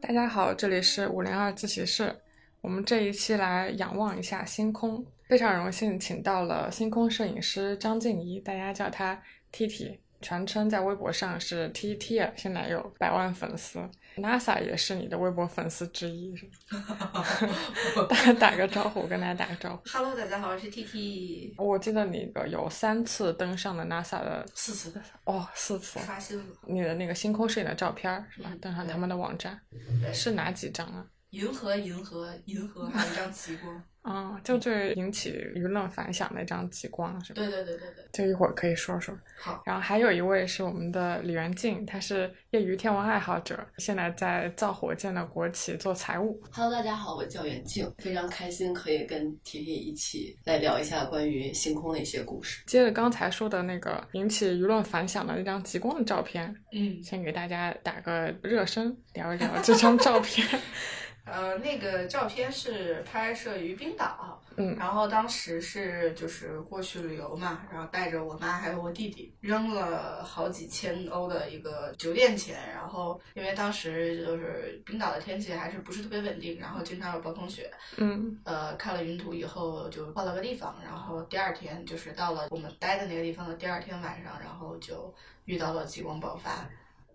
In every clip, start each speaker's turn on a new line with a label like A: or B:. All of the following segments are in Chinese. A: 大家好，这里是五零二自习室。我们这一期来仰望一下星空，非常荣幸请到了星空摄影师张静怡，大家叫她 Titi，全称在微博上是 Titi，现在有百万粉丝。NASA 也是你的微博粉丝之一，是吗打打个招呼，我跟大家打个招呼。
B: Hello，大家好，我是 T T，
A: 我记得你有三次登上了 NASA 的
B: 四次
A: 哦，四次
B: 刷新了
A: 你的那个星空摄影的照片儿是吧？
B: 嗯
A: 登上他们的网站
B: 对
A: 是哪几张啊？
B: 银河，银河，银河，还有一张极光。
A: 啊、
B: 嗯
A: 就最引起舆论反响那张极光是吧？
B: 对对对对对，
A: 就一会儿可以说说。
B: 好，
A: 然后还有一位是我们的李元静，他是业余天文爱好者，现在在造火箭的国企做财务。
C: Hello，大家好，我叫袁静，非常开心可以跟 T T 一起来聊一下关于星空的一些故事。
A: 接着刚才说的那个引起舆论反响的那张极光的照片，
B: 嗯，
A: 先给大家打个热身，聊一聊这张照片。
B: 呃，那个照片是拍摄于冰岛，
A: 嗯
B: 然后当时是就是过去旅游嘛，然后带着我妈还有我弟弟扔了好几千欧的一个酒店钱，然后因为当时就是冰岛的天气还是不是特别稳定，然后经常有暴风雪，
A: 嗯
B: 呃，看了云图以后就换了个地方，然后第二天就是到了我们待的那个地方的第二天晚上，然后就遇到了极光爆发。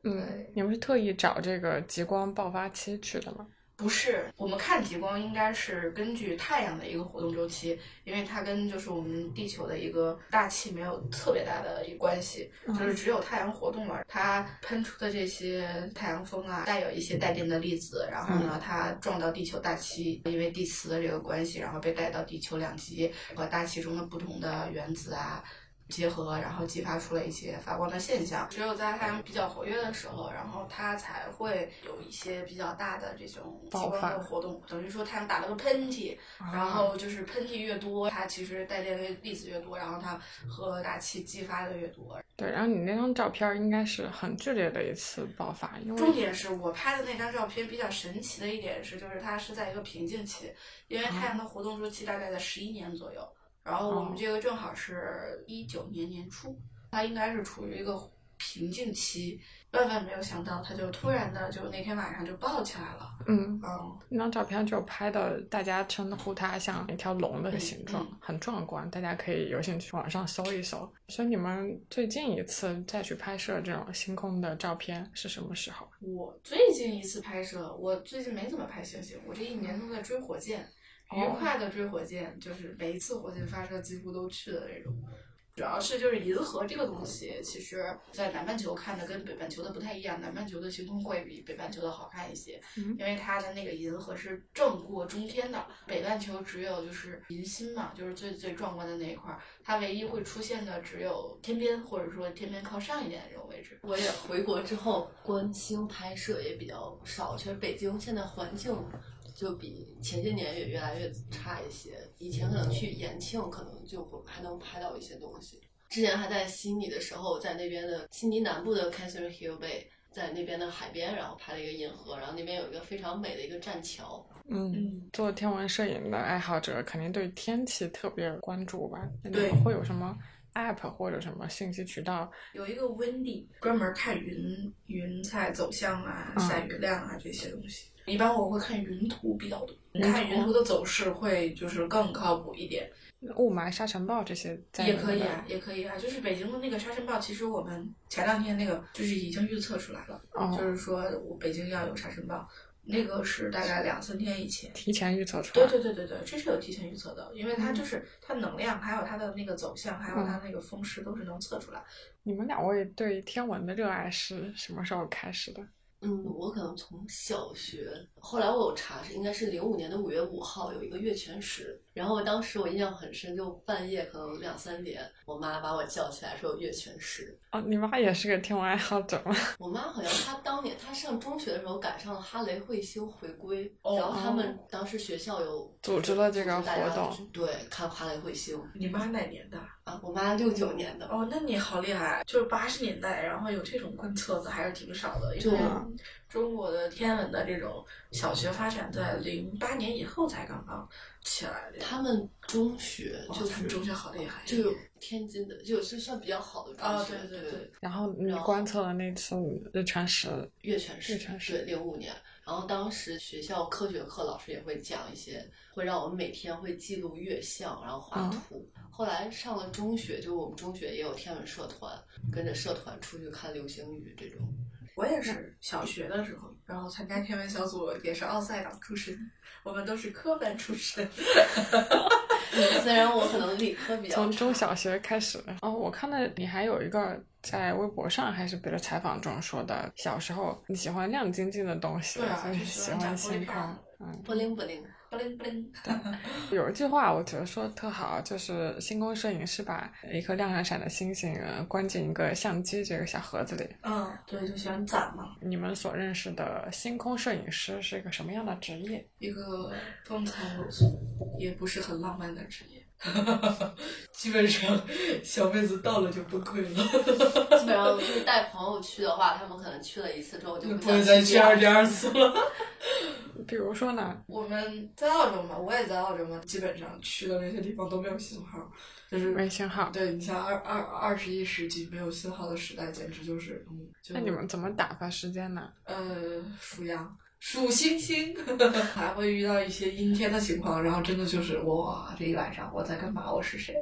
A: 嗯，你们是特意找这个极光爆发期去的吗？
B: 不是，我们看极光应该是根据太阳的一个活动周期，因为它跟就是我们地球的一个大气没有特别大的一个关系，就是只有太阳活动了，它喷出的这些太阳风啊，带有一些带电的粒子，然后
A: 嗯
B: 呢，它撞到地球大气，因为地磁的这个关系，然后被带到地球两极和大气中的不同的原子啊。结合，然后激发出了一些发光的现象。只有在太阳比较活跃的时候，然后它才会有一些比较大的这种极
A: 爆
B: 光
A: 发啊
B: 的活动。等于说太阳打了个喷嚏，然后就是喷嚏越多，它其实带电的粒子越多，然后它和大气激发的越多。
A: 对，然后你那张照片应该是很剧烈的一次爆发，因为
B: 重点是我拍的那张照片比较神奇的一点是，就是它是在一个瓶颈期，因为太阳的活动周期大概在十一年左右，然后我
A: 哦
B: 们这个正好是一九年年初，它应该是处于一个瓶颈期。万万没有想到，它就突然的就那天晚上就爆起来了。
A: 嗯，
B: 嗯，
A: 那张照片就拍的，大家称呼它像一条龙的形状，
B: 嗯嗯
A: 很壮观。大家可以有兴趣网上搜一搜。所以你们最近一次再去拍摄这种星空的照片是什么时候？啊
B: 我最近一次拍摄，我最近没怎么拍星星，我这一年都在追火箭，
A: 哦
B: 愉快的追火箭，就是每一次火箭发射几乎都去的那种。主要是就是银河这个东西，其实在南半球看的跟北半球的不太一样，南半球的星空会比北半球的好看一些，
A: 嗯
B: 因为它的那个银河是正过中天的，北半球只有就是银心嘛，就是最最壮观的那一块儿，它唯一会出现的只有天边或者说天边靠上一点的这种位置。
C: 我也回国之后，观星拍摄也比较少。其实北京现在环境就比前些年也越来越差一些。以前可能去延庆，可能就会还能拍到一些东西。之前还在悉尼的时候，在那边的悉尼南部的 Catherine Hill Bay，在那边的海边，然后拍了一个银河，然后那边有一个非常美的一个栈桥，
A: 嗯，
B: 嗯，
A: 做天文摄影的爱好者肯定对天气特别关注吧？那你
B: 对
A: 们会有什么 app 或者什么信息渠道？
B: 有一个 Wendy 专门看云云彩走向啊、
A: 嗯
B: 下雨量啊这些东西。一般我会看云图比较多，
A: 云图
B: 看云图的走势会就是更靠谱一点，
A: 雾霾、沙尘暴这些在
B: 也
A: 你们
B: 可以
A: 的
B: 啊，也可以啊。就是北京的那个沙尘暴，其实我们前两天那个就是已经预测出来了，就
A: 哦，
B: 是说我北京要有沙尘暴，那个是大概两三天以前。
A: 提前预测出来。
B: 对对对对对，这是有提前预测的，因为
A: 嗯
B: 它就是它能量，还有它的那个走向，还有它那个风势都是能测出来。
A: 你们两位对天文的热爱是什么时候开始的？
C: 嗯，我可能从小学，后来我有查是应该是零五年的五月五号有一个月全食，然后当时我印象很深，就半夜可能两三点，我妈把我叫起来说有月全食。
A: 哦，你妈也是个天文爱好者吗？
C: 我妈好像她当年她上中学的时候赶上了哈雷彗星回归，
B: 哦
C: 然后他们当时学校有
A: 组织了这个
C: 组织大家
A: 活动
C: 就是对，看哈雷彗星
B: 你妈哪年的？
C: 啊，我妈六九年的，
B: 哦，那你好厉害！就是八十年代，然后有这种观测的还是挺少的，因为
C: 对啊
B: 中国的天文的这种小学发展在零八年以后才刚刚起来的。
C: 他们中学
B: 哇
C: 就
B: 哦他
C: 是
B: 们中学好厉害
C: 就有天津的，就就算比较好的中
B: 哦
C: 学，
B: 对对对
C: 对。
A: 然后你
C: 然后
A: 观测了那次日全食，
C: 月全食，
A: 月全食
C: 对，零五年。然后当时学校科学课老师也会讲一些，会让我们每天会记录月相，然后画
A: 哦
C: 图。后来上了中学，就我们中学也有天文社团，跟着社团出去看流星雨这种。
B: 我也是小学的时候，然后参加天文小组，也是奥赛党出身，我们都是科班出身。
C: 虽然我可能理科比较
A: 从
C: 差
A: 中小学开始。哦，我看到你还有一个在微博上还是别的采访中说的，小时候你喜欢亮晶晶的东西，
B: 对啊
A: 所以
B: 就喜
A: 喜
B: 欢
A: 欢
B: 讲玻璃
A: 星空
B: 片儿。
A: 嗯，
C: 不灵不灵，
B: 不灵不灵，
A: 有一句话我觉得说得特好，就是星空摄影是把一颗亮闪闪的星星呃关进一个相机这个小盒子里。
B: 嗯，对，就喜欢攒嘛。
A: 你们所认识的星空摄影师是一个什么样的职业？
B: 一个风餐露宿，也不是很浪漫的职业。 基本上小妹子到了就崩溃了，
C: 基本上就是带朋友去的话，他们可能去了一次之后就
B: 就不
C: 想
B: 会再
C: 去
B: 去二第二次了。
A: 比如说呢，
B: 我们在澳洲嘛，我也在澳洲嘛，基本上去的那些地方都没有信号，就是
A: 微信号。
B: 对你像二二二十一世纪没有信号的时代，简直就是嗯，就
A: 那你们怎么打发时间呢？
B: 呃数羊。数星星， 还会遇到一些阴天的情况，然后真的就是哇，这一晚上我在干嘛？我是谁？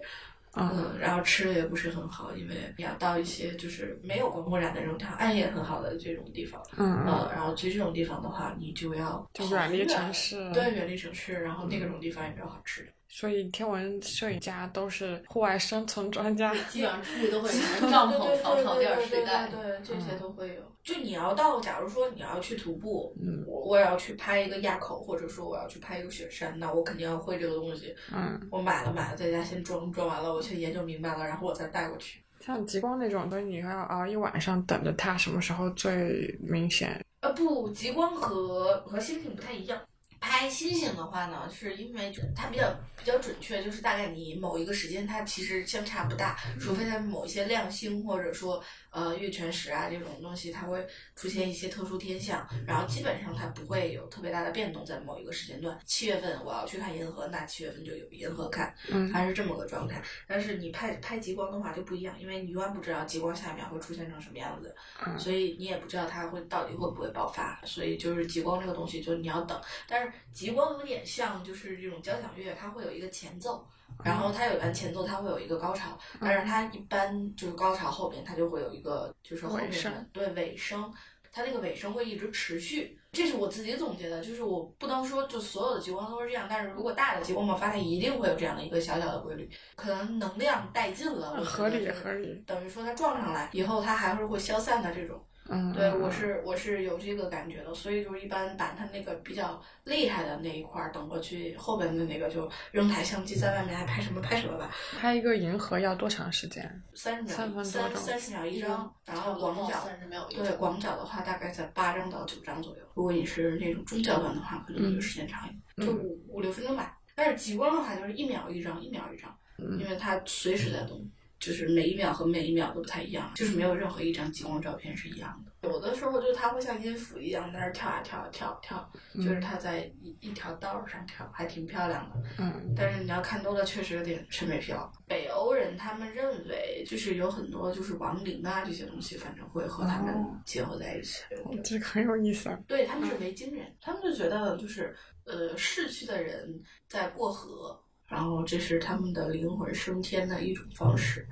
A: 嗯，
B: 嗯，然后吃的也不是很好，因为你要到一些就是没有光污染的那种它暗夜很好的这种地方，
A: 嗯嗯，
B: 呃，然后去这种地方的话，你就要
A: 就
B: 跑
A: 远离
B: 很
A: 城市。
B: 对，远离城市，然后那个种地方也没有好吃的。
A: 啊所以天文摄影家都是户外生存专家。
C: 基本上出去都会有什么帐篷、防潮垫、睡袋。
B: 对，这些都会有。就你要到，假如说你要去徒步，
A: 嗯
B: 我我也要去拍一个垭口，或者说我要去拍一个雪山，那我肯定要会这个东西。
A: 嗯，
B: 我买了买了，在家先装，装完了我先研究明白了，然后我再带过去。
A: 像极光那种，东西，你要熬一晚上等着它什么时候最明显。
B: 呃，不，极光和和星星不太一样。拍星星的话呢，是因为它比较比较准确，就是大概你某一个时间，它其实相差不大，除非在某一些亮星或者说呃月全食啊这种东西，它会出现一些特殊天象，然后基本上它不会有特别大的变动在某一个时间段。七月份我要去看银河，那七月份就有银河看，
A: 嗯
B: 它是这么个状态。但是你拍拍极光的话就不一样，因为你永远不知道极光下一秒会出现成什么样子，
A: 嗯
B: 所以你也不知道它会到底会不会爆发。所以就是极光这个东西，就是你要等。但是极光有点像就是这种交响乐，它会有一个前奏，然
A: 嗯
B: 后它有完前奏，它会有一个高潮，但是它一般就是高潮后面它就会有一个就是后面
A: 尾声
B: 的对尾声。它那个尾声会一直持续，这是我自己总结的，就是我不能说就所有的极光都是这样，但是如果大的极光爆发，它一定会有这样的一个小小的规律，可能能量殆尽了，我觉得
A: 合理
B: 是
A: 合理。
B: 等于说它撞上来以后，它还是会消散的这种。
A: 嗯，
B: 对，
A: 嗯
B: 我是我是有这个感觉的，所以就是一般把它那个比较厉害的那一块儿，等过去后边的那个就扔台相机在外面，还拍什么拍什么吧。
A: 拍一个银河要多长时间？
B: 三十秒，
A: 三分多
B: 三
A: 钟嗯
B: 三十秒一张，然
C: 差
B: 后
C: 不多
B: 广角
C: 三十秒一
B: 对
C: 张
B: 广角的话，大概在八张到九张左右。如果你是那种中焦段的话，可能就时间长一点，
A: 嗯
B: 就五五六分钟吧。但是极光的话，就是一秒一张，一秒一张，
A: 嗯
B: 因为它随时在动，就是每一秒和每一秒都不太一样，就是没有任何一张极光照片是一样的。有的时候就它会像音符一样在那儿跳啊跳啊跳啊跳啊，就是它在一一条道儿上跳，还挺漂亮的。
A: 嗯
B: 但是你要看多了，确实有点审美疲劳。北欧人他们认为，就是有很多就是亡灵啊这些东西，反正会和他们
A: 哦
B: 结合在一起。
A: 嗯，这个很有意思啊。
B: 对，他们是维京人，他们就觉得就是呃逝去的人在过河，然后这是他们的灵魂升天的一种方式。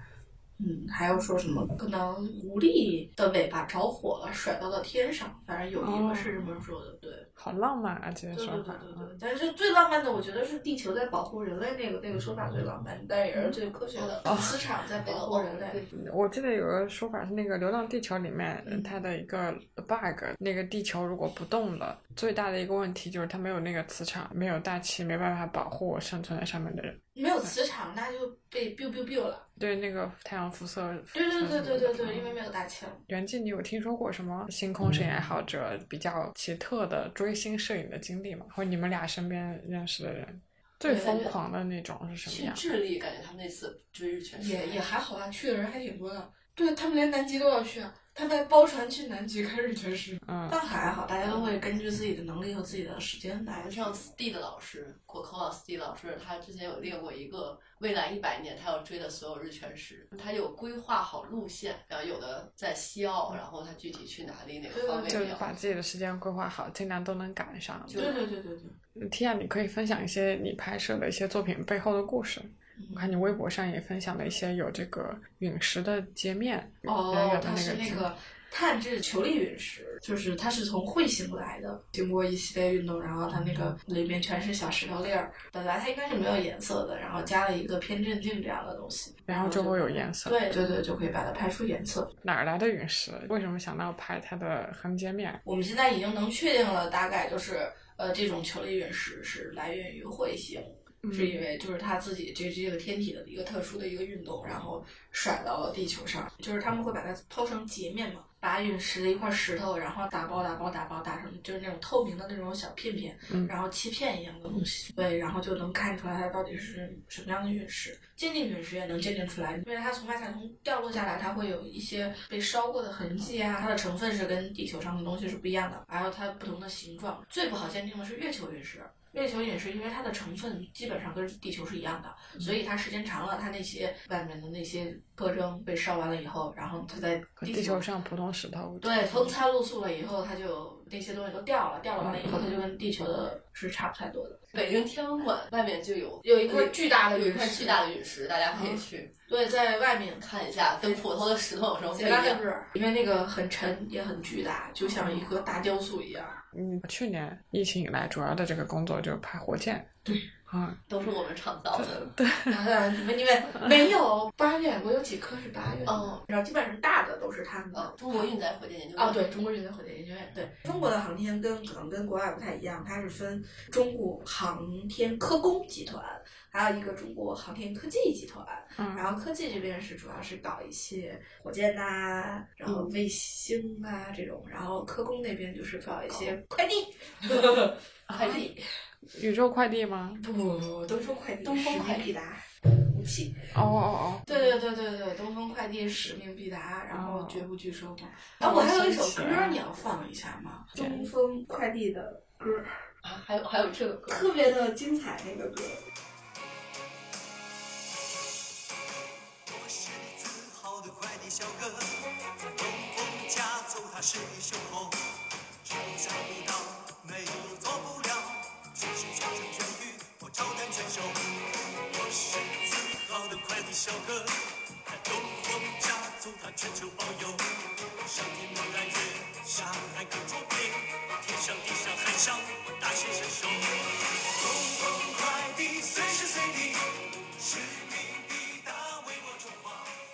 B: 嗯，还有说什么可能狐狸的尾巴着火了，甩到了天上，反正有一
A: 哦
B: 个是这么说的，对。
A: 好浪漫啊，这个
B: 对
A: 说
B: 对
A: 法
B: 对。对对，但是最浪漫的，我觉得是地球在保护人类那个那个说法最浪漫，但也是最科学的。磁场在保护人类，
A: 我记得有个说法是，那个《流浪地球》里面
B: 嗯
A: 它的一个 bug，、那个地球如果不动了，最大的一个问题就是它没有那个磁场，没有大气，没办法保护生存在上面的人，
B: 没有磁场那就被 biu biu biu 了。
A: 对那个太阳辐射。
B: 对对对对对对，因为没有大气了。
A: 袁静，嗯你有听说过什么星空摄影爱好者比较奇特的追星摄影的经历吗？或者你们俩身边认识的人最
C: 对对
A: 疯
C: 对
A: 狂的那种是什么
C: 去
A: 样？
C: 智利，
B: 嗯
C: 感觉他们那次追日全食
B: 也也还好吧，去的人还挺多的。对他们连南极都要去啊。他们包船去南极开始绝食，
A: 嗯，
B: 但还好，大家都会根据自己的能力和自己的时间来
C: 还。上 Steve 的老师，果壳老 Steve 老师，他之前有列过一个未来一百年他要追的所有日全食，他有规划好路线，然后有的在西澳，然后他具体去哪里哪个方
A: 就
C: 面
A: 是把
C: 要。
A: 自己的时间规划好，尽量都能赶上。
C: 就
B: 对对对对对，
A: 提嗯亚，你可以分享一些你拍摄的一些作品背后的故事。
B: 嗯
A: 我看你微博上也分享了一些有这个陨石的截面，
B: 哦，
A: 它
B: 它是那个碳质球粒陨石，就是它是从彗星来的，经过一系列运动，然后它那个
A: 嗯
B: 里面全是小石头粒儿。本来它应该是没有颜色的，然后加了一个偏振镜这样的东西，
A: 然后就会有颜色。
B: 对对对，就可以把它拍出颜色。
A: 哪儿来的陨石？为什么想到拍它的横截面？
B: 我们现在已经能确定了，大概就是呃，这种球粒陨石是来源于彗星，
A: 嗯
B: 是因为就是它自己这这个天体的一个特殊的一个运动，然后甩到了地球上，就是他们会把它抛成截面嘛，把陨石的一块石头，然后打包打包打包打成就是那种透明的那种小片片，
A: 嗯
B: 然后切片一样的东西，对，然后就能看出来它到底是什么样的陨石。鉴定陨石也能鉴定出来，因为它从外太空掉落下来，它会有一些被烧过的痕迹啊，它的成分是跟地球上的东西是不一样的，还有它不同的形状。最不好鉴定的是月球陨石，月球陨石因为它的成分基本上跟地球是一样
A: 嗯
B: 的，所以它时间长了，它那些外面的那些特征被烧完了以后，然后它在
A: 和地球上普通石头。
B: 对，风餐露宿了以后，它就那些东西都掉了，掉了完了以后，它就跟地球的是差不太多的。
C: 北京天文馆外面就有
B: 有一块巨大的
C: 有一
B: 陨
C: 块
B: 石，
C: 巨大的陨石，大家可以去
B: 对，在外面
C: 看一下，跟普通的石头有什么不一
B: 杰拉
C: 样
B: 克？日，因为那个很沉也很巨大，就像一个大雕塑一 样。
A: 嗯，去年疫情以来，主要的这个工作就是拍火箭。对啊，
C: 都是我们创造的。
B: 啊你们你们没有八月，我有几颗是八月的
C: 哦，
B: 然后基本上大的都是他们
C: 呃
B: 的，。
C: 中国运载火箭研究
B: 哦，对，中国人类火箭研究院，对中国的航天跟可能跟国外不太一样，它是分中国航天科工集团，还有一个中国航天科技集团。
A: 嗯，
B: 然后科技这边是主要是搞一些火箭呐、然后卫星啊这种，然后科工那边就是搞一些快递，快递，
A: 宇宙快递吗？
B: 不不不不，东风快递，
C: 东风快
B: 使
C: 递
B: 命必达，武器。
A: 哦哦
B: 对对对对对，东风快递使命必达，然后
A: 哦
B: 绝不拒收嘛。
A: 哦
B: 啊，我还有一首
A: 想起
B: 歌
A: 来了
B: 你要放一下吗？
A: 对
B: 东风快递的歌，
C: 啊，还有还有这个歌，
B: 特别的精彩那个歌。
D: 我是你自豪的快递小哥，在东风夹走它是你胸口，谁想不到，没有做不了，只是全心全意，我照单全收。我是自豪的快递小哥，在东风夹走它全球遨游，上天能揽月，下海更捉鳖，天上地上海上我大显身手。东风快递随时随地，使命必达，为我中华。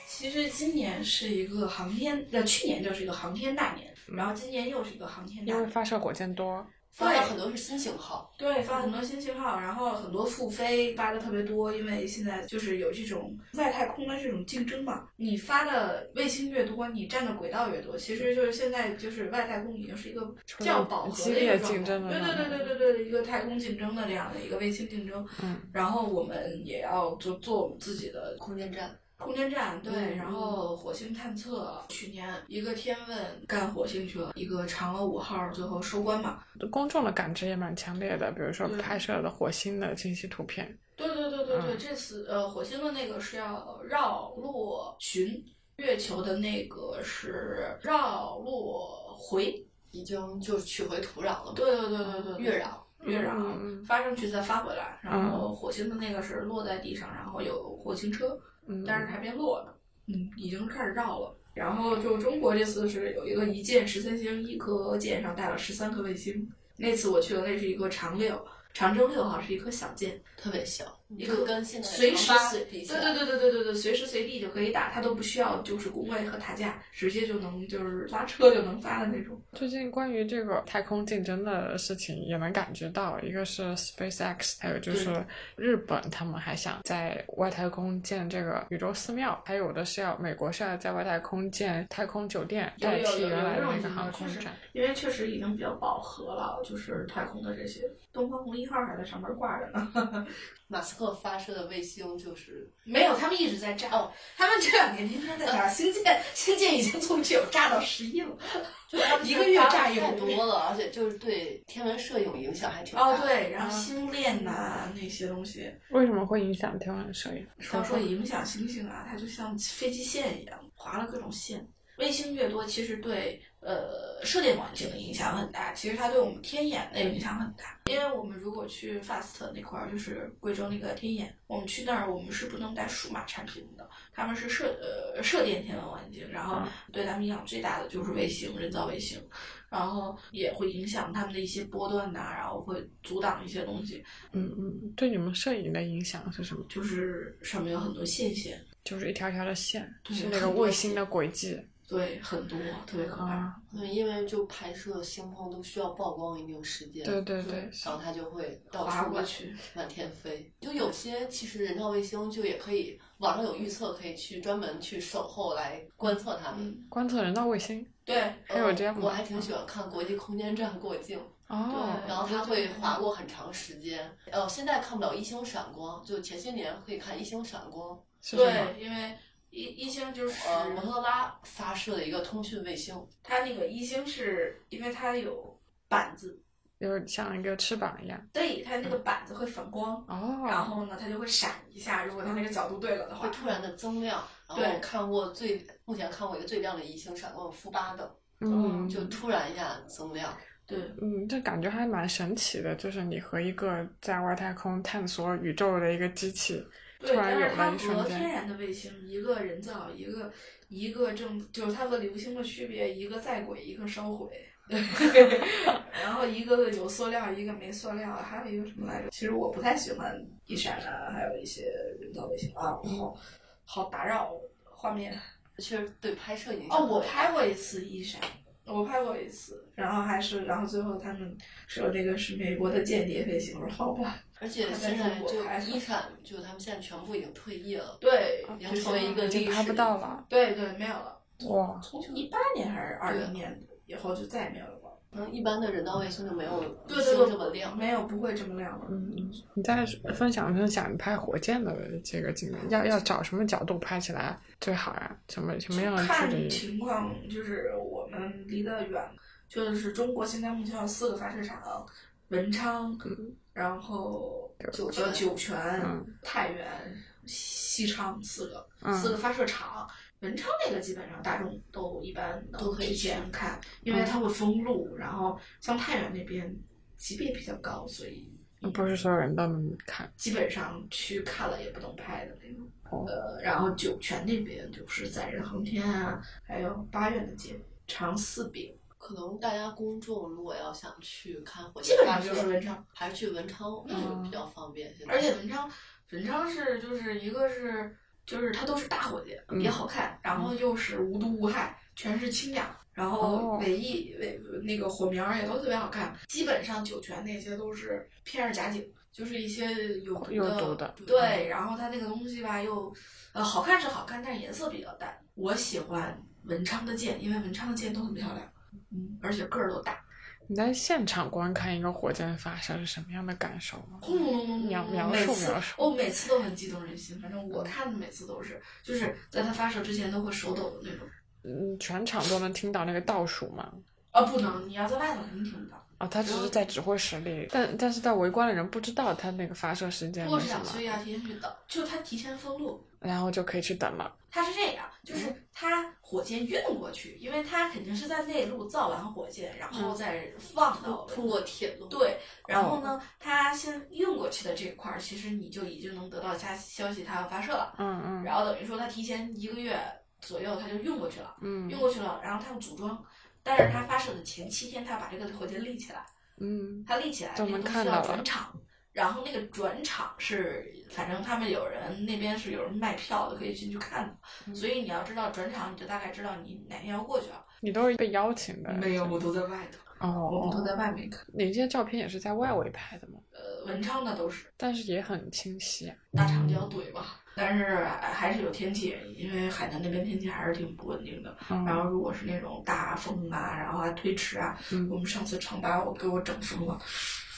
B: 其实今年是一个航天，呃，去年就是一个航天大年，然后今年嗯又是一个航天
A: 哦，
B: 大
A: 因为
B: 年。
A: 发射火箭多。
C: 发了很多是新型号，
B: 对，发很多新信号，然后很多复飞发的特别多，因为现在就是有这种外太空的这种竞争嘛。你发的卫星越多，你占的轨道越多，其实就是现在就是外太空已经是一个较饱和的
A: 激
B: 一个
A: 烈竞争
B: 状
A: 的
B: 态，对对对对对对，一个太空竞争的这样的一个卫星竞争。
A: 嗯，
B: 然后我们也要做做我们自己的
C: 空间站，
B: 空间站对，
C: 嗯
B: 然后火星探测，去年一个天问干火星去了，一个嫦娥五号最后收官嘛。
A: 公众的感知也蛮强烈的，比如说
B: 对
A: 拍摄的火星的清晰图片。
B: 对对对对对，
A: 嗯
B: 这次呃火星的那个是要绕落巡，月球的那个是绕落回。
C: 已经就取回土壤了嘛，
B: 对对对对对对，
C: 月壤。
B: 月壤、
A: 嗯嗯
B: 发上去再发回来，然后火星的那个是落在地上，然后有火星车，
A: 嗯，
B: 但是还没落呢，嗯，已经开始绕了。然后就中国这次是有一个一箭十三星，一颗箭上带了十三颗卫星。那次我去了，那是一个长六，长征六号是一颗小箭，
C: 特别小，
B: 一
C: 一
B: 个
C: 个跟现在
B: 嗯
C: 的
B: 随时
C: 长发
B: 随
C: 比
B: 对
C: 起来，
B: 对对对对对对，随时随地就可以打，它都不需要就是工位和塔架，直接就能就是拉车就能发的那种。
A: 最近关于这个太空竞争的事情也能感觉到，一个是 SpaceX，还有就是日本，他们还想在外太空建这个宇宙寺庙，还有的是要美国是要在外太空建太空酒店，
B: 有有
A: 代替
B: 有有
A: 原来的
B: 这种
A: 那个
B: 情况
A: 航空
B: 确实
A: 站。
B: 因为确实已经比较饱和了，就是太空的这些东方红一一号还在上面挂着 呢。
C: 马斯克发射的卫星就是
B: 没有，他们一直在炸。哦，他们这两年天天在炸，星 舰星舰已经从九炸到十一了。
C: 就他们
B: 一个月炸一
C: 太
B: 回
C: 多了，而且就是对天文摄影影响还挺大。
B: 哦，，对，然
A: 嗯
B: 后星链呐、那些东西，
A: 为什么会影响天文摄影？
B: 它会影响星星啊，它就像飞机线一样，划了各种线。卫星越多，其实对呃射电望远镜的影响很大，其实它对我们天眼的影响很大。因为我们如果去 FAST 那块儿，就是贵州那个天眼，我们去那儿我们是不能带数码产品的，他们是射呃射电天文望远镜，然后对他们影响最大的就是卫星，人造卫星，然后也会影响他们的一些波段呐、然后会阻挡一些东西，
A: 嗯嗯，对你们摄影的影响是什么？
B: 就是上面有很多线线。
A: 就是一条条的线，
B: 对
A: 是那个卫星的轨迹
B: 对，很多，特别可怕。
A: 啊。
C: 对，嗯因为就拍摄星空都需要曝光一定时间，
A: 对对对，
C: 然后它就会到
B: 划
C: 处
B: 过
C: 满
B: 去，
C: 满天飞。就有些其实人造卫星就也可以，网上有预测可以去专门去守候来观测它们。
B: 嗯，
A: 观测人造卫星
B: 对，
A: 还有这样吗
C: 我还挺喜欢看国际空间站过境，
A: 哦
B: 对
C: 然后它会
B: 嗯
C: 划过很长时间。呃，现在看不了一星闪光，就前些年可以看一星闪光。
A: 是什么？
B: 对，因为一一星就是
C: 呃，摩托罗拉发射的一个通讯卫星，
B: 它那个一星是因为它有板子，
A: 有像一个翅膀一样
B: 对，它那个板子会反光，然
A: 哦，
B: 后呢，它就会闪一下，如果它那个角度对了的话
C: 会，突然的增亮。然后
B: 对
C: 我看过最目前看过一个最亮的一星闪光，有负八的，
A: 嗯，
C: 就突然一下增亮。
B: 对，
A: 嗯，这感觉还蛮神奇的，就是你和一个在外太空探索宇宙的一个机器，突
B: 对，
A: 然
B: 但
A: 有
B: 是它
A: 了一
B: 和
A: 瞬
B: 天
A: 间，
B: 然的卫星，一个人造，一个一个正，就是它和流星的区别，一个在轨，一个烧毁。 然后一个有塑料，一个没塑料，还有一个什么来着？其实我不太喜欢一闪啊，还有一些人造卫星啊，然后好打扰画面。
C: 确实对拍摄影响
B: 哦，
C: 很大。
B: 我拍过一次一闪，我拍过一次，然后还是，然后最后他们说这个是美国的间谍飞行，我说好吧。
C: 而且
B: 他在
C: 现在
B: 中国
C: 就
B: 拍的
C: 一闪，就他们现在全部已经退役了，
B: 对，
C: 已经哦成为一个
A: 已经
C: 历
A: 拍
C: 史
A: 不到了。
B: 啊对对，没有了。
A: 哇，
B: 从一八年还是二零年以后就再也没有了吧。
C: 可能一般的人造卫星就没有
B: 对
C: 星
B: 对对，
C: 这么亮。
B: 没有不会这么亮了。
A: 嗯，嗯你再分享分享你拍火箭的这个经验，要要找什么角度拍起来最好呀？什么什么样的距
B: 看
A: 离？
B: 情况，就是我们离得远，就是中国现在目前有四个发射场，文昌，然后
C: 酒泉
B: 呃酒泉、
A: 嗯
B: 太原、西昌四个、
A: 嗯
B: 四个发射场。文昌那个基本上大众都一般
C: 都
B: 能
C: 可以
B: 提前看，因
A: 嗯
B: 为它会封路，然后像太原那边级别比较高，所以
A: 哦不是所有人都能看。
B: 基本上去看了也不能拍的那种。
A: 哦
B: 呃，然后酒泉那边就是载人航天啊，还有八院的街长四饼，
C: 可能大家公众如果要想去看火
B: 基
C: 箭
B: 本
C: 发
B: 上
C: 射，
B: 就是文昌，
C: 还是去文昌
A: 嗯
C: 就比较方便。现在
B: 而且文昌文昌是就是一个是就是它都是大火箭，
A: 嗯
B: 也好看，然后又是无毒无害，全是氢氧。然后
A: 哦
B: 尾翼尾那个火苗也都特别好看，基本上酒泉那些都是片儿假景，就是一些有毒的，
A: 有毒的嗯
B: 对。然后它那个东西吧，又呃好看是好看，但是颜色比较淡。我喜欢文昌的箭，因为文昌的箭都很漂亮，嗯，而且个儿都大，
A: 你在现场观看一个火箭发射是什么样的感受吗？
B: 轰
C: 嗯
B: 隆隆隆
A: 描
B: 隆
A: 描
B: 隆，嗯每
A: 述
B: 次
A: 描述
B: 我每次都很激动人心，反正我看的每次都是，就是在它发射之前都会手抖的那种。
A: 嗯，全场都能听到那个倒数吗？
B: 啊，不能，你要在外头肯定听不到，
A: 啊、他只是在指挥室里，但但是在围观的人不知道他那个发射时间
B: 不过
A: 是
B: 是
A: 什
B: 想所以
A: 么，
B: 要提前去等，就它提前封路。
A: 然后就可以去等了。
B: 它是这样，就是
A: 嗯
B: 它火箭运过去，因为它肯定是在内陆造完火箭，然
A: 嗯
B: 后再放到
C: 通过铁路，
B: 对，然
A: 哦
B: 后呢，它先运过去的这块儿，其实你就已经能得到它消息，它要发射了。
A: 嗯嗯
B: 然后等于说它提前一个月左右，它就运过去了。运
A: 嗯
B: 过去了，然后他们组装，但是他发射的前七天，他把这个火箭立起来，
A: 嗯，
B: 他立起来，
A: 就
B: 那
A: 能
B: 个东
A: 看
B: 西
A: 到
B: 要
A: 了
B: 转场，然后那个转场是，反正他们有人那边是有人卖票的，可以进去看的，
A: 嗯
B: 所以你要知道转场，你就大概知道你哪天要过去啊了。
A: 你都是被邀请的。
B: 我都在外头，
A: 哦
B: 我们都
A: 哦，
B: 在外面看。
A: 你这些照片也是在外围拍的吗？
B: 呃，文昌的都是
A: 但是也很清晰啊。
B: 大厂就要怼吧，但是还是有天气原因，因为海南那边天气还是挺不稳定的。
A: 嗯
B: 然后如果是那种大风啊，然后还推迟啊，
A: 嗯
B: 我们上次长白我给我整疯了，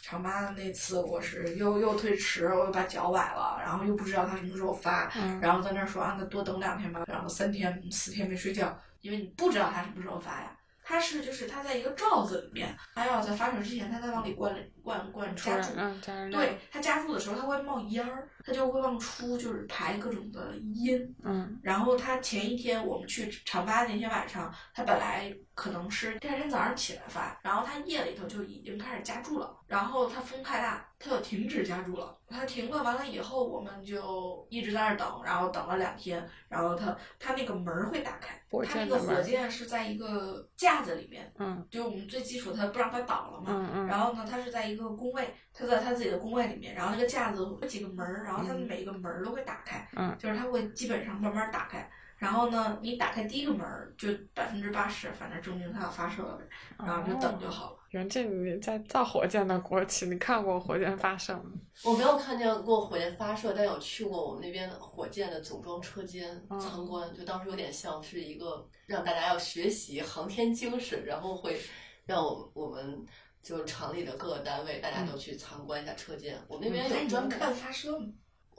B: 长八的那次，我是又又推迟，我又把脚崴了，然后又不知道他什么时候发，
A: 嗯
B: 然后在那儿说啊，那多等两天吧，然后三天四天没睡觉，因为你不知道他什么时候发呀。它是就是它在一个罩子里面，它要在发球之前，它再往里灌灌灌
A: 突
B: 加
A: 然
B: 注，
A: 嗯，加热量，
B: 对，它加注的时候它会冒烟儿，它就会往出就是排各种的烟。
A: 嗯
B: 然后它前一天我们去长八那天晚上，它本来可能是第二天早上起来发，然后它夜里头就已经开始加注了，然后它风太大，它就停止加注了。它停了，完了以后我们就一直在那儿等，然后等了两天，然后它它那个门儿会打开
A: 火，
B: 它那
A: 箭
B: 个
A: 的门
B: 火
A: 儿
B: 箭是在一个架子里面，
A: 嗯
B: 就我们最基础它不让它倒了嘛，
A: 嗯嗯，
B: 然后呢，它是在一个工位，它在它自己的工位里面，然后那个架子有几个门儿，然后它
A: 嗯
B: 每一个门儿都会打开，
A: 嗯
B: 就是它会基本上慢慢打开。然后呢，你打开第一个门儿就百分之八十，反正证明它要发射了呗，然后你就等就好了。
A: 袁静，你在造火箭的国企，你看过火箭发射吗？
C: 我没有看见过火箭发射，但有去过我们那边火箭的总装车间
A: 嗯
C: 参观，就当时有点像是一个让大家要学习航天精神，然后会让我我们就厂里的各个单位大家都去参观一下车间。我们那边
B: 那
C: 有
B: 你能
C: 专门，
B: 看发射吗？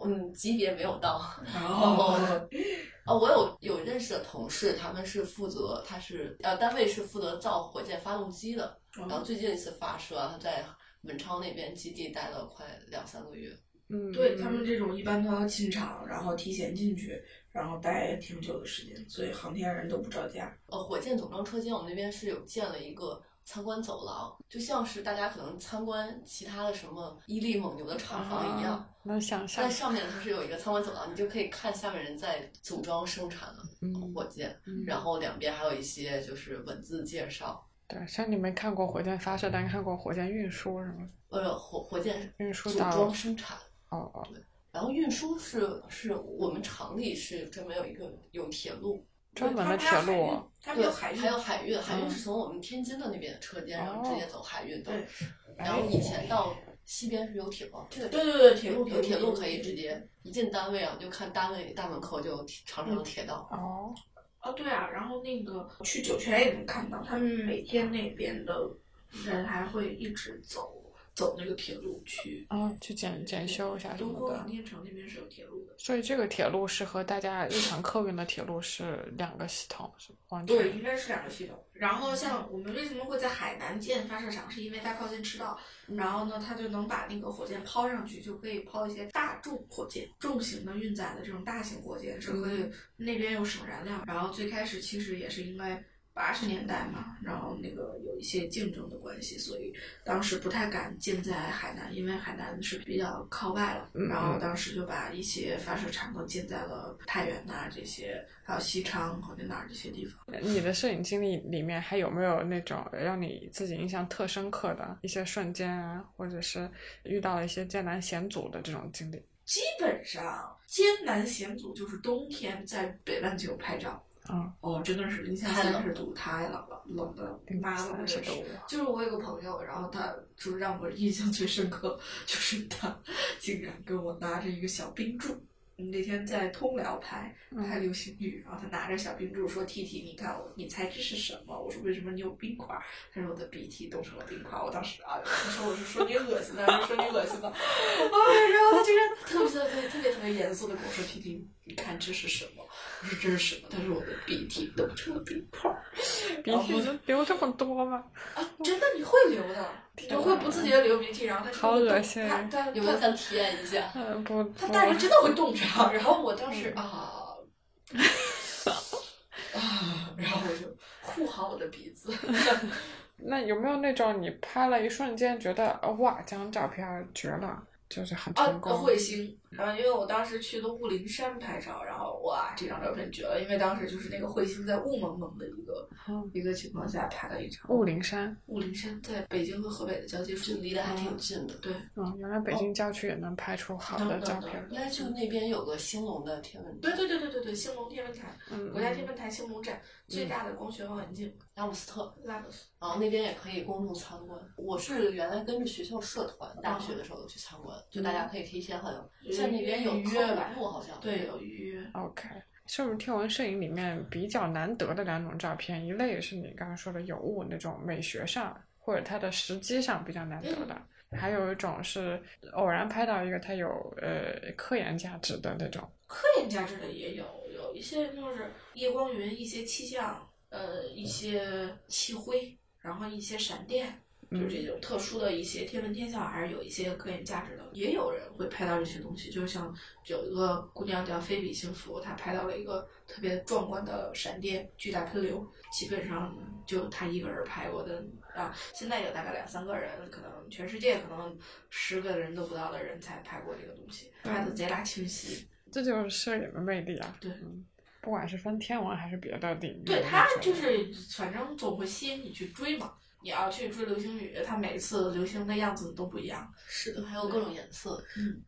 C: 嗯，级别没有到，
B: 哦，
C: 哦，我有有认识的同事，他们是负责，他是呃单位是负责造火箭发动机的，
B: 哦
A: 嗯
C: 然后最近一次发射，啊他在文昌那边基地待了快两三个月。
A: 嗯，
B: 对他们这种一般都要进场，然后提前进去，然后待挺久的时间，所以航天人都不着家。
C: 呃，火箭总装车间我们那边是有建了一个参观走廊，就像是大家可能参观其他的什么伊利蒙牛的厂房一样，
A: 啊能想象
C: 但，上面就是有一个参观走廊，你就可以看下面人在组装生产
A: 嗯
C: 火箭，
A: 嗯
C: 然后两边还有一些就是文字介绍。
A: 对，虽然你没看过火箭发射，但看过火箭运输是吗？
C: 呃，火火箭
A: 运输
C: 组
A: 到
C: 装生产，
A: 哦哦，
C: 然后运输是是我们厂里是专门有一个有铁路，
A: 专门的
B: 对他
A: 铁
B: 们还有
A: 路
B: 海
A: 啊
B: 运，他们有海运，
C: 还有海运，海运
A: 嗯
C: 是从我们天津的那边的车间，然后
A: 哦
C: 直接走海运的。
B: 对
C: 然后以前到西边是有铁路，这个
B: 对对对，铁路
C: 有铁路可以直接一进单位啊，你就看单位大门口就有铁长长
B: 嗯
C: 的铁道。
A: 哦，
B: 哦，对啊，然后那个去酒泉也能看到，他们
A: 嗯
B: 每天那边的人还会一直走走那个铁路去
A: 啊，去检检修一下什
B: 东
A: 么
B: 风
A: 的
B: 航。天城那边是有铁路的。
A: 所以这个铁路是和大家日常客运的铁路是两个系统，是吗完全
B: 对，应该是两个系统。然后像我们为什么会在海南建发射场，是因为它靠近赤道，
A: 嗯
B: 然后呢，它就能把那个火箭抛上去，就可以抛一些大众火箭、重型的运载的这种大型火箭，是可
A: 嗯
B: 以那边又省燃料。然后最开始其实也是因为八十年代
A: 嗯
B: 嘛，然后那个有一些竞争的关系，所以当时不太敢建在海南，因为海南是比较靠外了。
A: 嗯
B: 然后当时就把一些发射场都建在了太原呐、这些，还有西昌和那哪儿这些地方。
A: 你的摄影经历里面还有没有那种让你自己印象特深刻的一些瞬间啊，或者是遇到了一些艰难险阻的这种经历？
B: 基本上艰难险阻就是冬天在北半球拍照。
A: 啊，
B: 哦，真的是零下
C: 太冷
B: 三十度，太冷了，冷的妈都不
A: 三十
B: 认识
A: 度。
B: 就是我有个朋友，然后他就是让我印象最深刻，就是他竟然跟我拿着一个小冰柱。我们那天在通辽拍
A: 嗯
B: 拍流星雨，然后他拿着小冰柱说：“T T，你看我，你猜这是什么？”我说：“为什么你有冰块？”他说：“我的鼻涕冻成了冰块。”我当时啊，他说：“我是说你恶心的，还是说你恶心的。”啊，然后他就是 特别特别特别特别严肃的跟我说：“T T，你看这是什么？”我说：“这是什么？”他说：“我的鼻涕冻成了冰块。”
A: 鼻涕就流这么多吗？
B: 啊，真的你会流的，你
A: 哪
B: 会不自觉的流鼻涕，然后它
A: 好恶心
B: 它它
C: 你们
B: 它
C: 想体验一下？
A: 嗯，不，不
B: 它带着真的会冻上，然后我当时啊。啊，然后我就护好我的鼻子。
A: 那有没有那种你拍了一瞬间觉得哦哇，这张照片绝了，就是很
B: 啊
A: 成，功？
B: 彗星。然后因为我当时去的雾灵山拍照，然后哇，这张照片绝了，因为当时就是那个彗星在雾蒙蒙的一个、
A: 嗯
B: 一个情况下拍了一张。
A: 雾灵山，
B: 雾灵山在北京和河北的交界
C: 就
B: 处，哦
C: 离得还挺近的，
B: 对，
A: 嗯，原来北京郊区也能拍出好的
B: 能
A: 照
B: 能能
A: 片。
C: 应该就那边有个兴隆的天文
B: 对
C: 台，
B: 对对对对对，兴隆天文台。
A: 嗯，
B: 国家天文台兴隆站最
C: 嗯
B: 大的光学望远镜
C: 拉姆斯特，
B: 拉德斯，
C: 然后那边也可以公众参观。我是原来跟着学校社团，大学的时候去参观，就大家可以提前很，在那边有
B: 哦嗯预约
C: 科
B: 吧
C: 普部好像
B: 对，有预约。
A: OK，是我们天文摄影里面比较难得的两种照片，一类是你刚刚说的有雾那种美学上或者它的时机上比较难得的，还有一种是偶然拍到一个它有呃科研价值的那种。
B: 科研价值的也有，有一些就是夜光云、一些气象，呃，一些气灰，然后一些闪电，就
A: 嗯
B: 这种特殊的一些天文天象，还是有一些科研价值的。也有人会拍到这些东西，就像有一个姑娘叫菲比幸福，她拍到了一个特别壮观的闪电、巨大喷流，基本上就她一个人拍过的啊。现在有大概两三个人，可能全世界可能十个人都不到的人才拍过这个东西，拍的贼拉清晰。
A: 这就是摄影的魅力啊！
B: 对
A: 嗯，不管是分天文还是别的领域，
B: 对
A: 我
B: 它
A: 觉得
B: 就是，反正总会吸引你去追嘛。你要去追流星雨，它每次流星的样子都不一样。
C: 是的，还有各种颜色，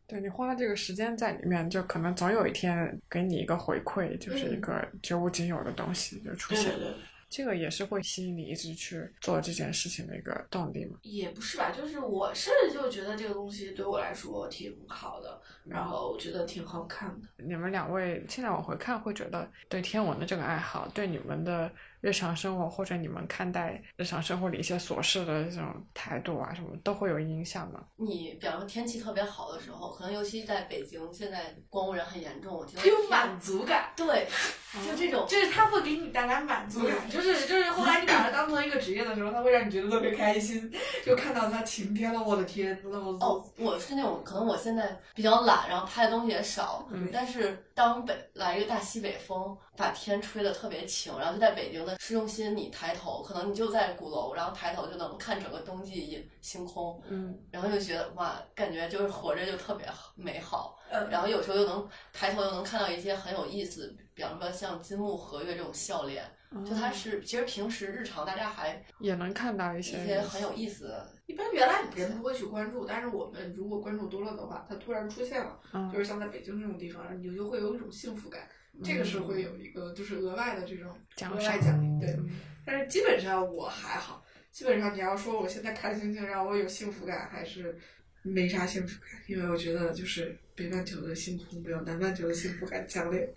A: 对你花这个时间在里面，就可能总有一天给你一个回馈，就是一
B: 嗯
A: 个绝无仅有的东西就出现。
B: 对，
A: 这个也是会吸引你一直去做这件事情的一个动力嘛。
B: 也不是吧，就是我甚至就觉得这个东西对我来说挺好的，然后我觉得挺好看的。
A: 你们两位现在往回看，会觉得对天文的这个爱好，对你们的日常生活或者你们看待日常生活里一些琐事的这种态度啊，什么都会有影响吗？
C: 你比方说天气特别好的时候，可能尤其在北京，现在光污染很严重，我觉 得
B: 它有满足感，
C: 对，就这种
B: 就是它会给你带来满足感，就是就是后来你把它当成一个职业的时候，它会让你觉得特别开心，就看到它晴天了，我的天，那么
C: 哦，我是那种可能我现在比较懒，然后拍的东西也少，
A: 嗯
C: 但是当北来一个大西北风，把天吹得特别晴，然后就在北京的市中心，你抬头，可能你就在鼓楼，然后抬头就能看整个冬季星空，
A: 嗯，
C: 然后就觉得哇，感觉就是活着就特别美好，
B: 呃
C: 然后有时候又能抬头又能看到一些很有意思，比方说像金木和月这种笑脸，就
A: 嗯
C: 它是其实平时日常大家还
A: 也能看到一
C: 一
A: 些
C: 些很有意思的，
B: 一般原来人不会去关注，但是我们如果关注多了的话，它突然出现了，
A: 嗯
B: 就是像在北京这种地方，你就会有一种幸福感。这个是会有一个就是额外的这种
A: 奖
B: 额
A: 赏
B: 外奖励，对。
A: 嗯
B: 但是基本上我还好，基本上你要说我现在看星星让我有幸福感，还是没啥幸福感，因为我觉得就是北半球的星空没有南半球的幸福感强烈。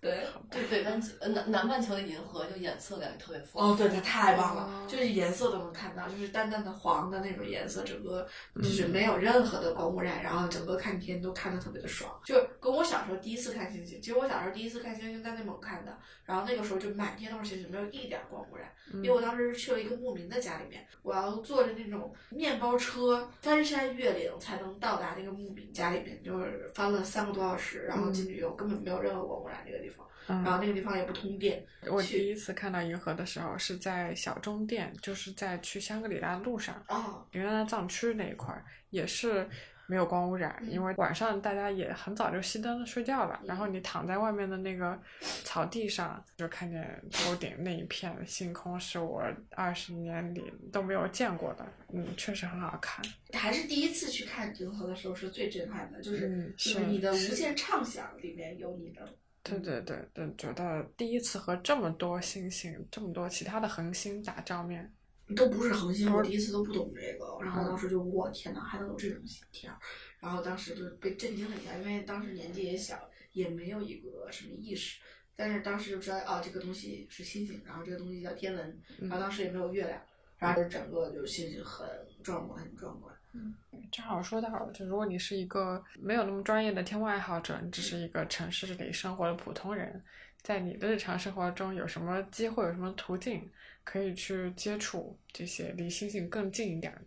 B: 对，
C: 对北半球呃南南半球的银河就颜色感觉特别丰富。
B: 哦，对，它太棒
A: 哦
B: 了，就是颜色都能看到，就是淡淡的黄的那种颜色，整个
A: 嗯
B: 就是没有任何的光污染，然后整个看天都看得特别的爽，就跟我小时候第一次看星星，其实我小时候第一次看星星在内蒙看的，然后那个时候就满天都是星星，没有一点光污染，因
A: 嗯
B: 为我当时是去了一个牧民的家里面，我要坐着那种面包车翻山越岭才能到达那个牧民家里面，就是翻了三个多小时，然后进去以后根本没有任何光污染这个地方，然
A: 嗯，
B: 后那个地方也不通电，
A: 我
B: 去
A: 第一次看到银河的时候是在小中店，就是在去香格里拉路上，
B: 哦，
A: 云南藏区那一块儿也是没有光污染，
B: 嗯
A: 因为晚上大家也很早就熄灯了睡觉了，然后你躺在外面的那个草地上，就看见头顶那一片星空，是我二十年里都没有见过的，嗯，确实很好看，
B: 还是第一次去看银河的时候是最震撼的，就是
A: 嗯
B: 就是是你的无限畅想里面有你的，
A: 对对对对，觉得第一次和这么多星星、这么多其他的恒星打照面，
B: 都不是恒星，
A: 不
B: 我
A: 是
B: 第一次都不懂这个，然后
A: 嗯
B: 当时就我天哪，还能有这种天儿，然后当时就被震惊了一下，因为当时年纪也小，也没有一个什么意识。但是当时就知道哦，这个东西是星星，然后这个东西叫天文，
A: 嗯
B: 然后当时也没有月亮，然后就整个就是星星很壮观，很壮观。
A: 正好说到，就如果你是一个没有那么专业的天文爱好者，你只是一个城市里生活的普通人，在你的日常生活中有什么机会、有什么途径可以去接触这些离星星更近一点儿？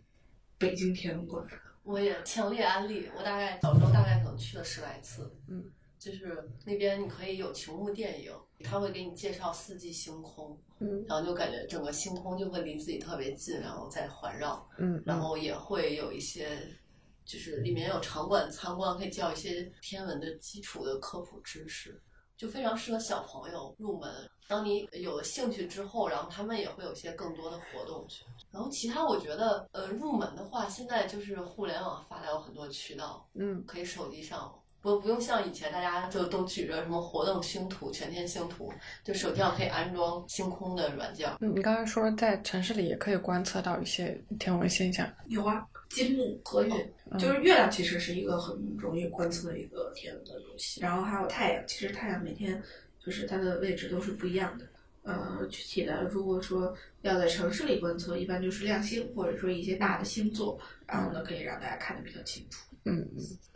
B: 北京天文馆，
C: 我也强烈安利，我大概小时候大概可能去了十来次，
A: 嗯，
C: 就是那边你可以有球幕电影，他会给你介绍四季星空，
A: 嗯
C: 然后就感觉整个星空就会离自己特别近，然后再环绕，
A: 嗯，
C: 然后也会有一些。就是里面有场馆参观，可以教一些天文的基础的科普知识，就非常适合小朋友入门。当你有了兴趣之后，然后他们也会有一些更多的活动去然后其他我觉得，呃，入门的话，现在就是互联网发达有很多渠道，
A: 嗯
C: 可以手机上不不用像以前大家就都举着什么活动星图、全天星图，就手机上可以安装星空的软件。
A: 嗯，你刚才说在城市里也可以观测到一些天文现象，
B: 有啊，金木合月，
A: 嗯
B: 就是月亮其实是一个很容易观测的一个天文的东西，然后还有太阳，其实太阳每天就是它的位置都是不一样的。呃，具体的如果说要在城市里观测，一般就是亮星或者说一些大的星座，然后呢可以让大家看得比较清楚。
A: 嗯，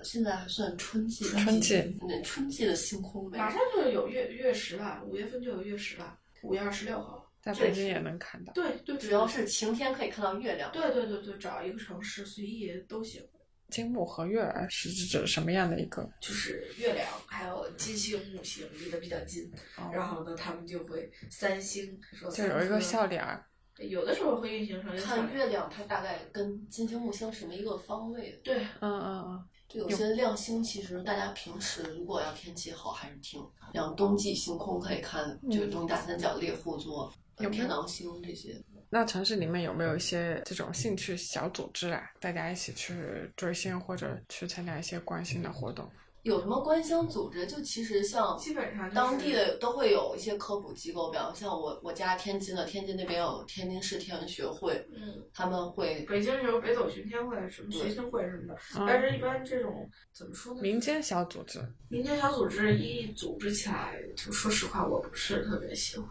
C: 现在还算春季，
A: 春季，
C: 那春季的星空美
B: 马上就有月月食了，五月份就有月食了，五月二十六号。
A: 在北京也能看到。
B: 对对，
C: 主要是晴天可以看到月亮。
B: 对对对对，找一个城市随意都行，
A: 金木和月儿是指指什么样的一个？
B: 就是月亮还有金星、木星离得比较近，然后呢，他们就会三星说
A: 就
B: 三
A: 有一个
B: 颗
A: 笑脸儿，
B: 有的时候会运行成一个笑
C: 看
B: 脸。
C: 月亮，它大概跟金星、木星什么一个方位的？
B: 对，
A: 嗯嗯嗯，
C: 就有些亮星，其实大家平时如果要天气好，还是挺像冬季星空可以看，就是
B: 嗯
C: 东大三角、猎户座、呃
A: 有没有
C: 天狼星这些。
A: 那城市里面有没有一些这种兴趣小组织啊？大家一起去追星或者去参加一些关心的活动？
C: 有什么观星组织？就其实像
B: 基本上就是
C: 当地的都会有一些科普机构，比方像我我家天津的，天津那边有天津市天文学会，
B: 嗯，
C: 他们会
B: 北京有北斗巡天会、什么学星会什么的，但
A: 嗯，
B: 是一般这种怎么说呢？
A: 民间小组织，
B: 民间小组织一组织起来，就说实话，我不是特别喜欢。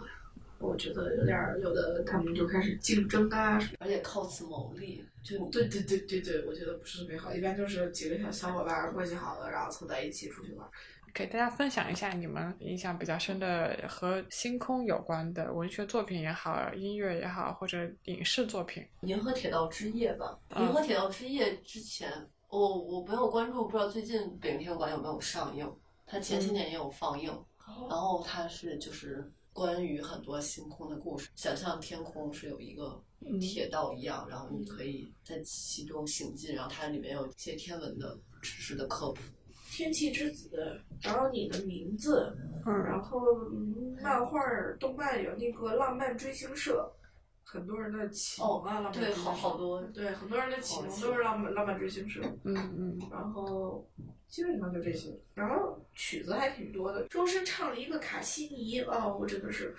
B: 我觉得有点儿，有的他们就开始竞争啊什么。
C: 而且靠此牟利，就
B: 对对对对对，我觉得不是特别好。一般就是几个小小伙伴儿关系好的，然后凑在一起出去玩儿。
A: 给大家分享一下你们印象比较深的和星空有关的文学作品也好，音乐也好，或者影视作品。
C: 银河铁道之夜吧。
A: 嗯
C: 银河铁道之夜之前，我我没有关注，不知道最近北京天文馆有没有上映。它前些年也有放映，然
B: 哦
C: 后它是就是关于很多星空的故事，想象天空是有一个
A: 嗯
C: 铁道一样，然后你可以在其中行进，然后它里面有一些天文的知识的科普。
B: 天气之子，然后你的名字，
A: 嗯，
B: 然后嗯漫画儿、动漫有那个浪漫追星社，很多人的启蒙啊，浪漫追
C: 对，
B: 星社
C: 好好多
B: 对，很多人的启蒙都是浪漫浪漫追星社，
A: 嗯嗯，
B: 然后基本上就这些，然后曲子还挺多的。周深唱了一个卡西尼，哦，我真的是。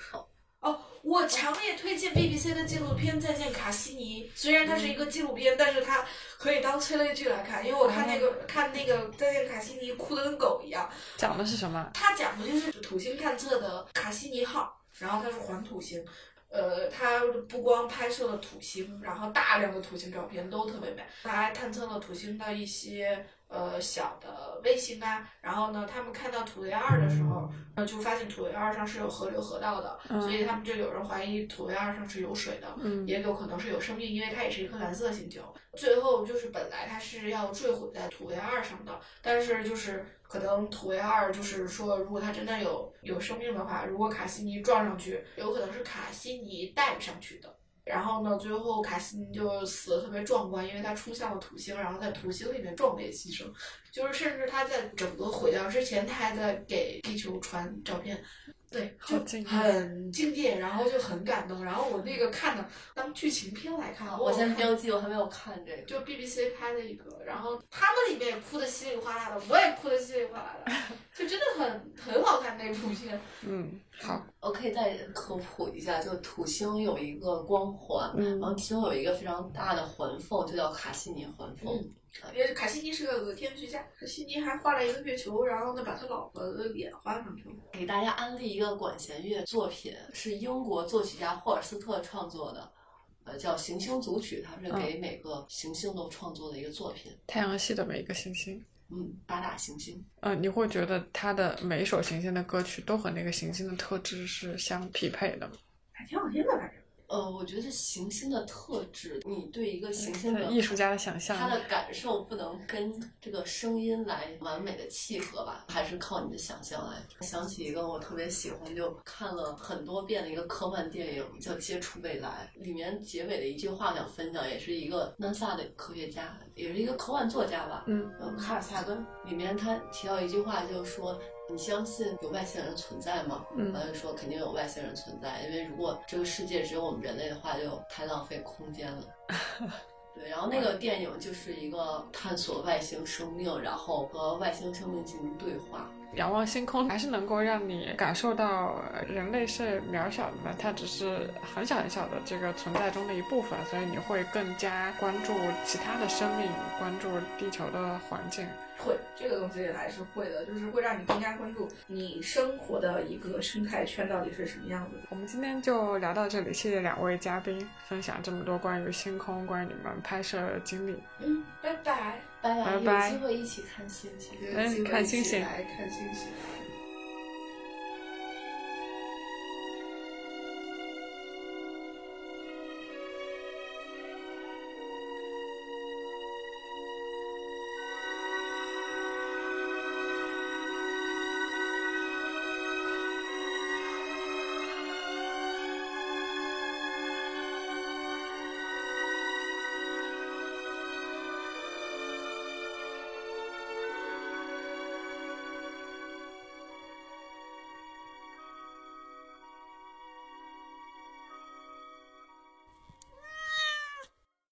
B: 哦，我强烈推荐 BBC 的纪录片《再见卡西尼》，虽然它是一个纪录片，但是它可以当催泪剧来看，因为我看那个、看那个《再见卡西尼》哭得跟狗一样。
A: 讲的是什么？
B: 它讲的就是土星探测的卡西尼号，然后它是环土星，呃，它不光拍摄了土星，然后大量的土星照片都特别美，它还探测了土星的一些呃小的卫星啊，然后呢，他们看到土卫二的时候，呃，就发现土卫二上是有河流河道的，所以他们就有人怀疑土卫二上是有水的，
A: 嗯
B: 也有可能是有生命，因为它也是一颗蓝色星球。最后就是本来它是要坠毁在土卫二上的，但是就是可能土卫二就是说，如果它真的有有生命的话，如果卡西尼撞上去，有可能是卡西尼带上去的。然后呢，最后卡西尼就死的特别壮观，因为他冲向了土星，然后在土星里面壮烈牺牲。就是甚至他在整个毁掉之前，他还在给地球传照片，对，
A: 好
B: 就
A: 敬业
B: 很敬业，然后就很感动。然后我那个看的当剧情片来看，
C: 啊我先
B: 啊看
C: 标记，我还没有看这个。
B: 就 BBC 拍的一个，然后他们里面也哭的稀里哗啦的，我也哭的稀里哗啦的，就真的很很好看那部片。
A: 嗯，好，
C: 我可以再科普一下，就土星有一个光环，
A: 嗯
C: 然后其中有一个非常大的环缝，就叫卡西尼环缝。
B: 嗯 因为卡西尼是个天文学家，卡西尼还画了一个月球，然后呢把他老婆的脸画上去了。
C: 给大家安利一个管弦乐作品，是英国作曲家霍尔斯特创作的，呃，叫《行星组曲》，它是给每个行星都创作的一个作品。
A: 太阳系的每一个行星。
C: 嗯，八大行星。
A: 嗯，你会觉得它的每一首行星的歌曲都和那个行星的特质是相匹配的吗，
B: 还挺好听的，反正。
C: 呃，我觉得行星的特质，你对一个行星的
A: 艺术家的想象
C: 他的感受不能跟这个声音来完美的契合吧，还是靠你的想象来。想起一个我特别喜欢，就看了很多遍的一个科幻电影，叫《接触未来》，里面结尾的一句话想分享，也是一个 NASA 的科学家，也是一个科幻作家吧，
A: 嗯，
C: 呃，卡尔萨根，里面他提到一句话，就是说。你相信有外星人存在吗？
A: 嗯
C: 他就说肯定有外星人存在，因为如果这个世界只有我们人类的话，就太浪费空 间了。对，然后那个电影就是一个探索外星生命，然后和外星生命进行对话。
A: 仰望星空还是能够让你感受到呃人类是渺小的，它只是很小很小的这个存在中的一部分，所以你会更加关注其他的生命，关注地球的环境。
B: 会，这个东西还是会的，就是会让你更加关注你生活的一个生态圈到底是什么样子的。
A: 我们今天就聊到这里，谢谢两位嘉宾分享这么多关于星空、关于你们拍摄的经历。
B: 嗯，拜拜。
C: 拜
A: 拜拜
C: 有机会一起看星星，
A: 哎你看星星
C: 来看星星。